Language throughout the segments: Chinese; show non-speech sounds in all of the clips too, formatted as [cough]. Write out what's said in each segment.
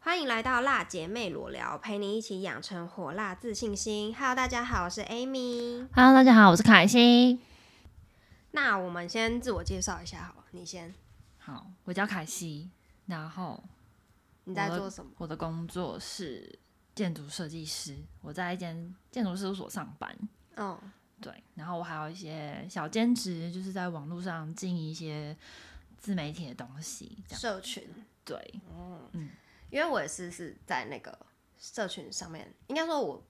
欢迎来到辣姐妹裸聊，陪你一起养成火辣自信心。Hello，大家好，我是 Amy。 Hello，大家好，我是凯西。那我们先自我介绍一下好了，你先，好，我叫凯西，然后你在我做什么？我的工作是建筑设计师，我在一间建筑事务所上班。哦，对，然后我还有一些小兼职，就是在网络上进一些自媒体的东西，这样社群，对，因为我也是是在那个社群上面，应该说我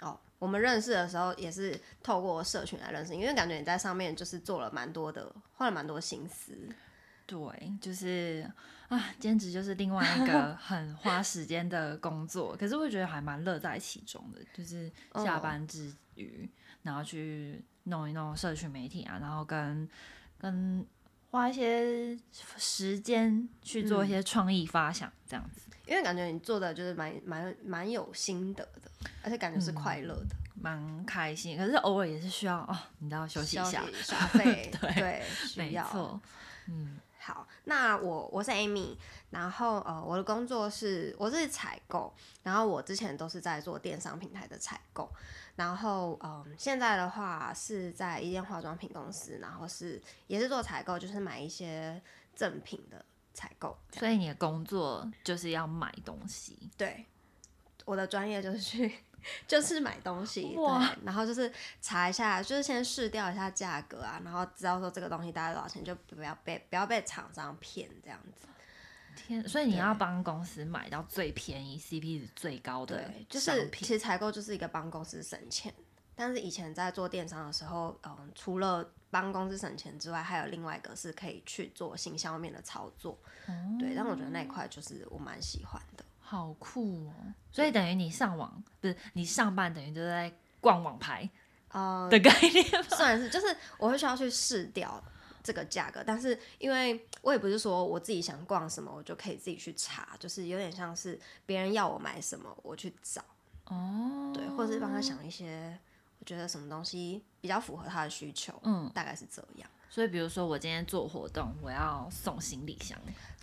哦，我们认识的时候也是透过社群来认识，因为感觉你在上面就是做了蛮多的，花了蛮多心思。对，就是啊，兼职就是另外一 [laughs] 个很花时间的工作，可是我觉得还蛮乐在其中的，就是下哦班之余，然后去弄一弄社群媒体啊，然后跟跟花一些时间去做一嗯些创意发想，这样子因为感觉你做的就是蛮蛮蛮有心得的，而且感觉是快乐的，蛮开心。可是偶尔也是需要哦，你知道休息一下，耍费，对 [laughs] 对， [laughs] 没需要。错，嗯，好，那我我是 Amy，然后呃，我的工作是我是采购，然后我之前都是在做电商平台的采购，然后嗯、现在的话是在一间化妆品公司，然后是也是做采购，就是买一些赠品的采购，这样所以你的工作就是要买东西，对，我的专业就是去 [laughs] 就是买东西，哇对，然后就是查一下，就是先试掉一下价格啊，然后知道说这个东西大概多少钱，就不要被不要被厂商骗这样子。天，所以你对要帮公司买到最便宜、CP 值最高的对，就商是其品，实采购就是一个帮公司省钱，但是以前在做电商的时候，嗯，除了帮公司省钱之外，还有另外一个是可以去做行销面的操作，对，但我觉得哦那一块就是我蛮喜欢的。好酷哦！所以等于你上网不是你上班，等于就在逛网拍呃，的概念吗？ [laughs] 算是，就是我会需要去试掉这个价格，但是因为我也不是说我自己想逛什么，我就可以自己去查，就是有点像是别人要我买什么，我去找，哦，对，或者是帮他想一些我觉得什么东西比较符合他的需求，嗯，大概是这样。所以比如说我今天做活动，我要送行李箱，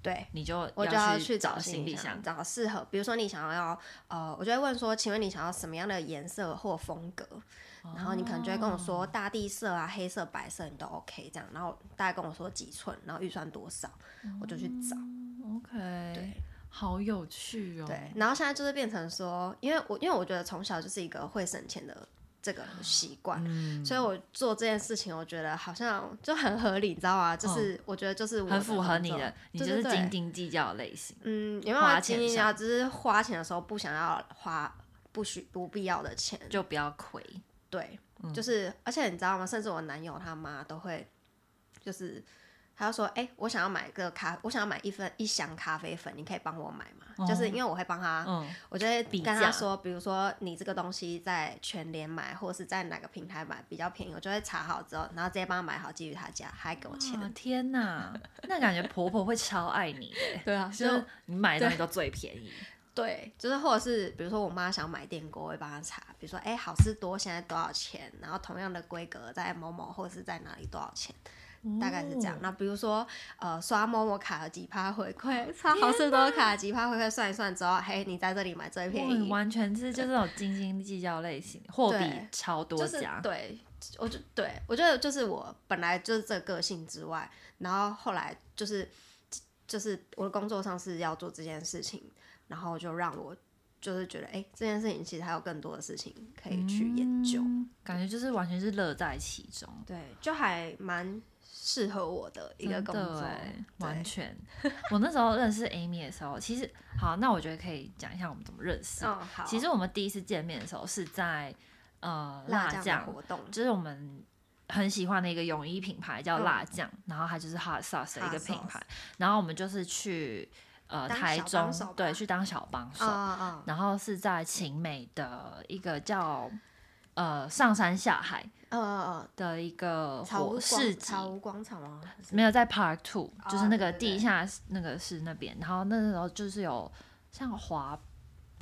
对，你就我就要去找行李箱，找适合。比如说你想要呃，我就会问说，请问你想要什么样的颜色或风格？然后你可能就会跟我说哦大地色啊、黑色、白色你都 OK 这样，然后大概跟我说几寸，然后预算多少，我就去找。 ，OK，对好有嗯趣哦，对，然后现在就是变成说，因为我因为我觉得从小就是一个会省钱的这个习惯，嗯所以我做这件事情，我觉得好像就很合理，你知道吗？就是我觉得就是我嗯很符合工你作的，你就对是对对斤斤计较的类型，嗯，有没花有钱经营啊？上只是花钱的时候不想要花不需不必要的钱，就不要亏，对，嗯就是而且你知道吗？甚至我男友他妈都会，就是他就说：“哎、我想要买个咖，我想要买一份一箱咖啡粉，你可以帮我买吗？”就是因为我会帮他，哦嗯，我就会比跟他价说，比如说你这个东西在全联买，或是在哪个平台买比较便宜，我就会查好之后，然后直接帮他买好寄去他家，还给我钱。啊天哪， [laughs] 那感觉婆婆会超爱你的，对啊就就是你买的东西都最便 [laughs] 宜，对，就是或者是比如说我妈想买电锅，我会帮她查，比如说哎、好事多现在多少钱，然后同样的规格在某某或者是在哪里多少钱，大概是这样。哦那比如说呃刷某某卡有几趴回馈，刷好事多卡有几趴回馈算一算之后，嘿你在这里买最哇，便你宜，完全是就是那种斤斤计较类型，货比对超多就是家，对。我就对我觉得就是我本来就是这个个性之外，然后后来就是就是我的工作上是要做这件事情，然后就让我就是觉得哎、这件事情其实还有更多的事情可以去研究，嗯感觉就是完全是乐在其中。对，就还蛮适合我的一个真的工作欸，对完全。 [laughs] 我那时候认识 Amy 的时候，其实好，那我觉得可以讲一下我们怎么认识。嗯好，其实我们第一次见面的时候是在呃辣辣酱酱的活动就是我们很喜欢的一个泳衣品牌叫嗯辣酱，然后它就是 Hot Sauce 的一 Hot 个品 Sauce 牌，然后我们就是去呃当台小中帮手吧对去当小帮手，啊啊然后是在晴美的一个叫呃上山下海啊啊的一个啊！草活屋市广集，草屋广场吗？还是没有在 Park Two，、哦就是那个对对对地下室那个是那边，然后那时候就是有像滑，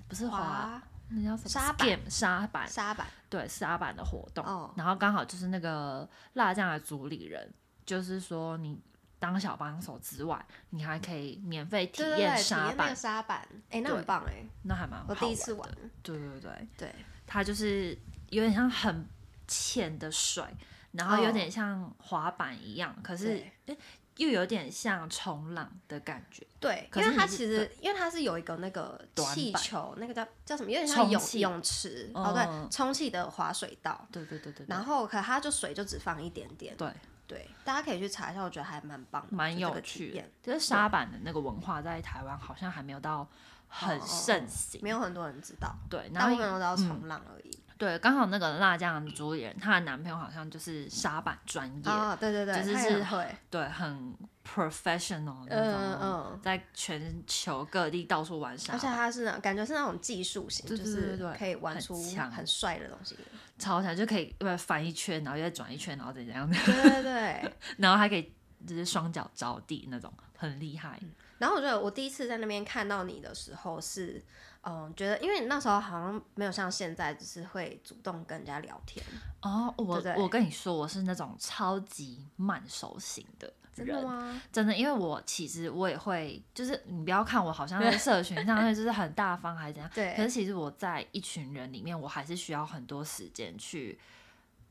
不是滑，滑那叫什么沙板 Skim，沙板，沙板对沙板的活动，哦然后刚好就是那个辣酱的主理人，就是说你当小帮手之外，你还可以免费体对对验对，体沙验那板个，沙板，哎、那对很棒哎、那还蛮好我玩第一次玩的。，对对对，对，它就是有点像很浅的水，然后有点像滑板一样，可是嗯对又有点像冲浪的感觉。对，可因是为它你是其实因为它是有一个那个短气板球，那个叫叫什么，有点像充泳气泳池、嗯哦，对，充气的滑水道。对对对对对然后可它就水就只放一点点，对，对，大家可以去查一下，我觉得还蛮棒的，蛮就这有个体趣的验。就是沙板的那个文化在台湾好像还没有到很哦哦盛行。没有很多人知道，对，然大后嗯部分都知道冲浪而已。对，刚好那个辣酱的主理人，她的男朋友好像就是沙板专业，啊、对对对，就是他也是很会，对，很 professional 的那种嗯，嗯，在全球各地到处玩沙而且板，他是那感觉是那种技术型，对就对对是对对可以玩很出强很帅的东西。超强，就可以呃翻一圈，然后又再转一圈，然后怎样，对对对。然后还可以就是双脚着地那种，很厉害。然后我觉得我第一次在那边看到你的时候是，嗯，觉得因为你那时候好像没有像现在，只是会主动跟人家聊天，哦，对我不对我跟你说，我是那种超级慢熟型的真人，的吗？真的，因为我其实我也会，就是你不要看我好像在社群上面就是很大方还是怎样，可 [laughs] 对是其实我在一群人里面，我还是需要很多时间去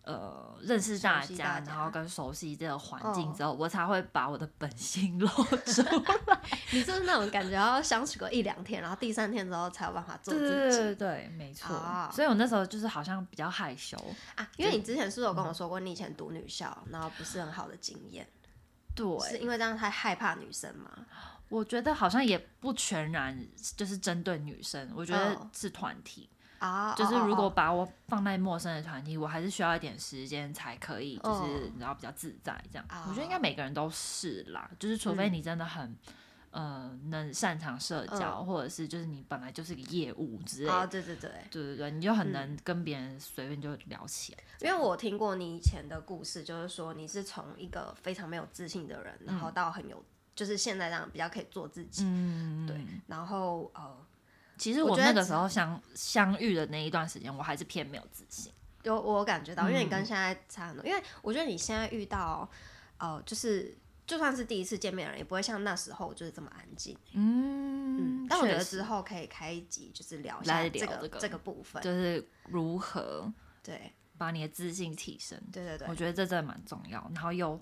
呃认识大熟悉家，嗯大家然后跟熟悉这个环境哦之后，我才会把我的本性 [laughs] 露出。你就是那种感觉，要相处个一两天，然后第三天之后才有办法做对对自己对对，没错。啊所以我那时候就是好像比较害羞。啊。因为你之前是不是有跟我说过，你以前读女校，然后不是很好的经验，是对，因为这样太害怕女生吗？我觉得好像也不全然就是针对女生，我觉得哦是团体。啊，就是哦如果哦把我放在陌生的团体，我还是需要一点时间才可以，就是、嗯你知道比较自在这样。哦我觉得应该每个人都是啦，就是除非嗯你真的很。呃，能擅长社交，嗯或者是就是你本来就是个业务之类哦啊，的，对对对，对对对，你就很嗯能跟别人随便就聊起来。因为我听过你以前的故事，就是说你是从一个非常没有自信的人，然后到很有，就是现在这样比较可以做自己，嗯，对。然后呃，其实我我觉得那个时候相相遇的那一段时间，我还是偏没有自信。有我有感觉到，因为你嗯跟现在差很多，因为我觉得你现在遇到呃，就是就算是第一次见面的人，也不会像那时候就是这么安静。嗯嗯，但我觉确得实之后可以开一集，就是聊一来下聊这这个个这个部分。就是如何对把你的自信提升。对对我对，觉得这真的蛮重要，然后又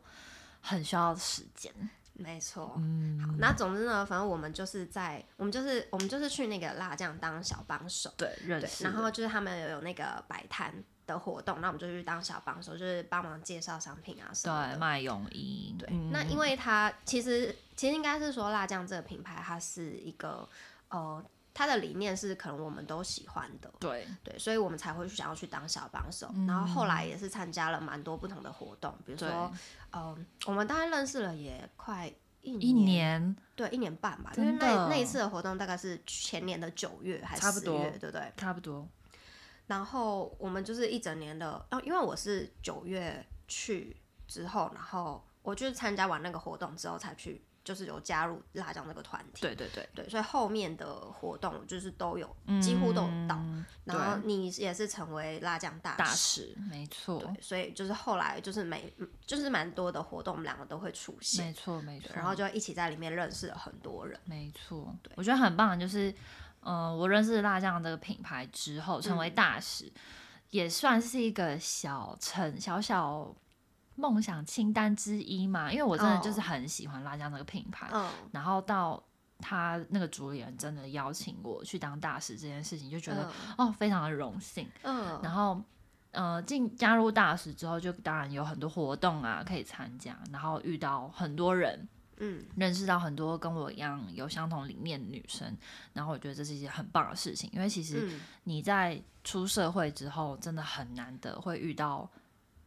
很需要时间。没错。嗯，好，那总之呢，反正我们就是在，我们就是我们就是去那个辣酱当小帮手。对，认对，识的。然后就是他们有有那个摆摊的活动，那我们就去当小帮手，就是帮忙介绍商品啊什么对的。卖泳衣，对，嗯那因为它其实其实应该是说辣酱这个品牌，它是一个呃，它的理念是可能我们都喜欢的，对对，所以我们才会去想要去当小帮手。嗯然后后来也是参加了蛮多不同的活动，比如对说嗯、我们大概认识了也快一年，一年对一年半吧，因真为的那那一次的活动大概是前年的九月还差是不十多月，对不对？差不多，然后我们就是一整年的，哦，因为我是九月去之后，然后我就是参加完那个活动之后才去，就是有加入辣椒那个团体。对对对，对，所以后面的活动我就是都有，几乎都有到。嗯然后你也是成为辣酱大大使，使，没错对，，所以就是后来就是每就是蛮多的活动，我们两个都会出现，没错，没错对。然后就一起在里面认识了很多人。没错，我觉得很棒的就是，嗯、我认识辣酱这个品牌之后，成嗯为大使，也算是一个小成小小梦想清单之一嘛。因为我真的就是哦很喜欢辣酱这个品牌，嗯，然后到他那个主理人真的邀请我去当大使这件事情，就觉得、哦，非常的荣幸。嗯，嗯然后，呃，进加入大使之后，就当然有很多活动啊可以参加，然后遇到很多人，嗯，认识到很多跟我一样有相同理念的女生，然后我觉得这是一件很棒的事情，因为其实嗯，你在出社会之后，真的很难得会遇到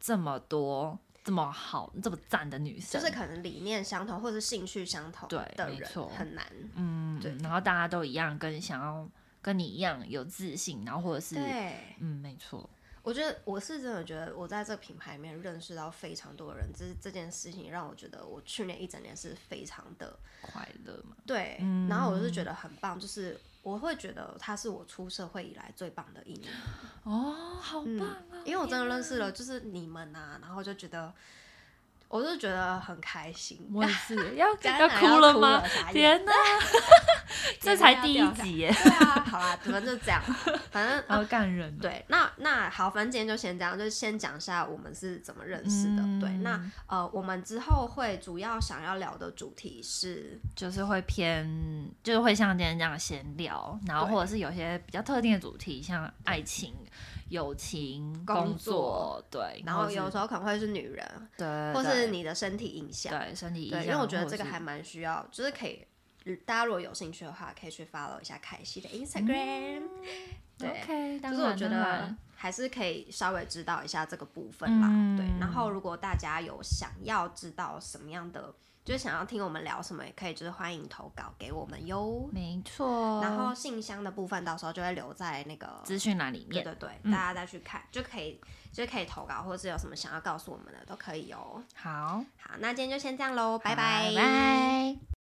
这么多这么好、这么赞的女就生，是可能理念相同或是兴趣相同对的没人错很难。嗯，对然后大家都一样，跟想要跟你一样有自信，然后或者是对，嗯，没错，我觉得我是真的觉得，我在这个品牌里面认识到非常多人，这这件事情让我觉得我去年一整年是非常的快乐嘛，对，嗯然后我就觉得很棒，就是我会觉得它是我出社会以来最棒的一年，哦，好棒啊！嗯因为我真的认识天啊了就是你们啊，然后就觉得我就觉得很开心。我也是， [laughs] 要刚要才哭了吗？？傻眼 [laughs] 天哪，这才第一集耶，对啊，好啦，怎么就这样啦？反 [laughs] 正、好感人哦。对，那那好，反正今天就先这样，就先讲一下我们是怎么认识的。对，那嗯呃，我们之后会主要想要聊的主题是，就是会偏，就是会像今天这样闲聊，然后对或者是有些比较特定的主题，像爱情、友情、工工作对，然后或是有时候可能会是女人，对，或是对你的身体影响。对身体影响，对，因为我觉得或这个者是还蛮需要，就是可以，嗯大家如果有兴趣的话，可以去 follow 一下凯西的 Instagram。对嗯 OK，当就是我然觉当得然还是可以稍微知道一下这个部分啦，嗯对。然后如果大家有想要知道什么样的，就是想要听我们聊什么，也可以就是欢迎投稿给我们哟。没错。然后信箱的部分到时候就会留在那个哦资讯栏里对面，对对，嗯大家再去看就可以，就可以投稿，或者是有什么想要告诉我们的都可以哦。好，好，那今天就先这样喽，拜拜拜拜。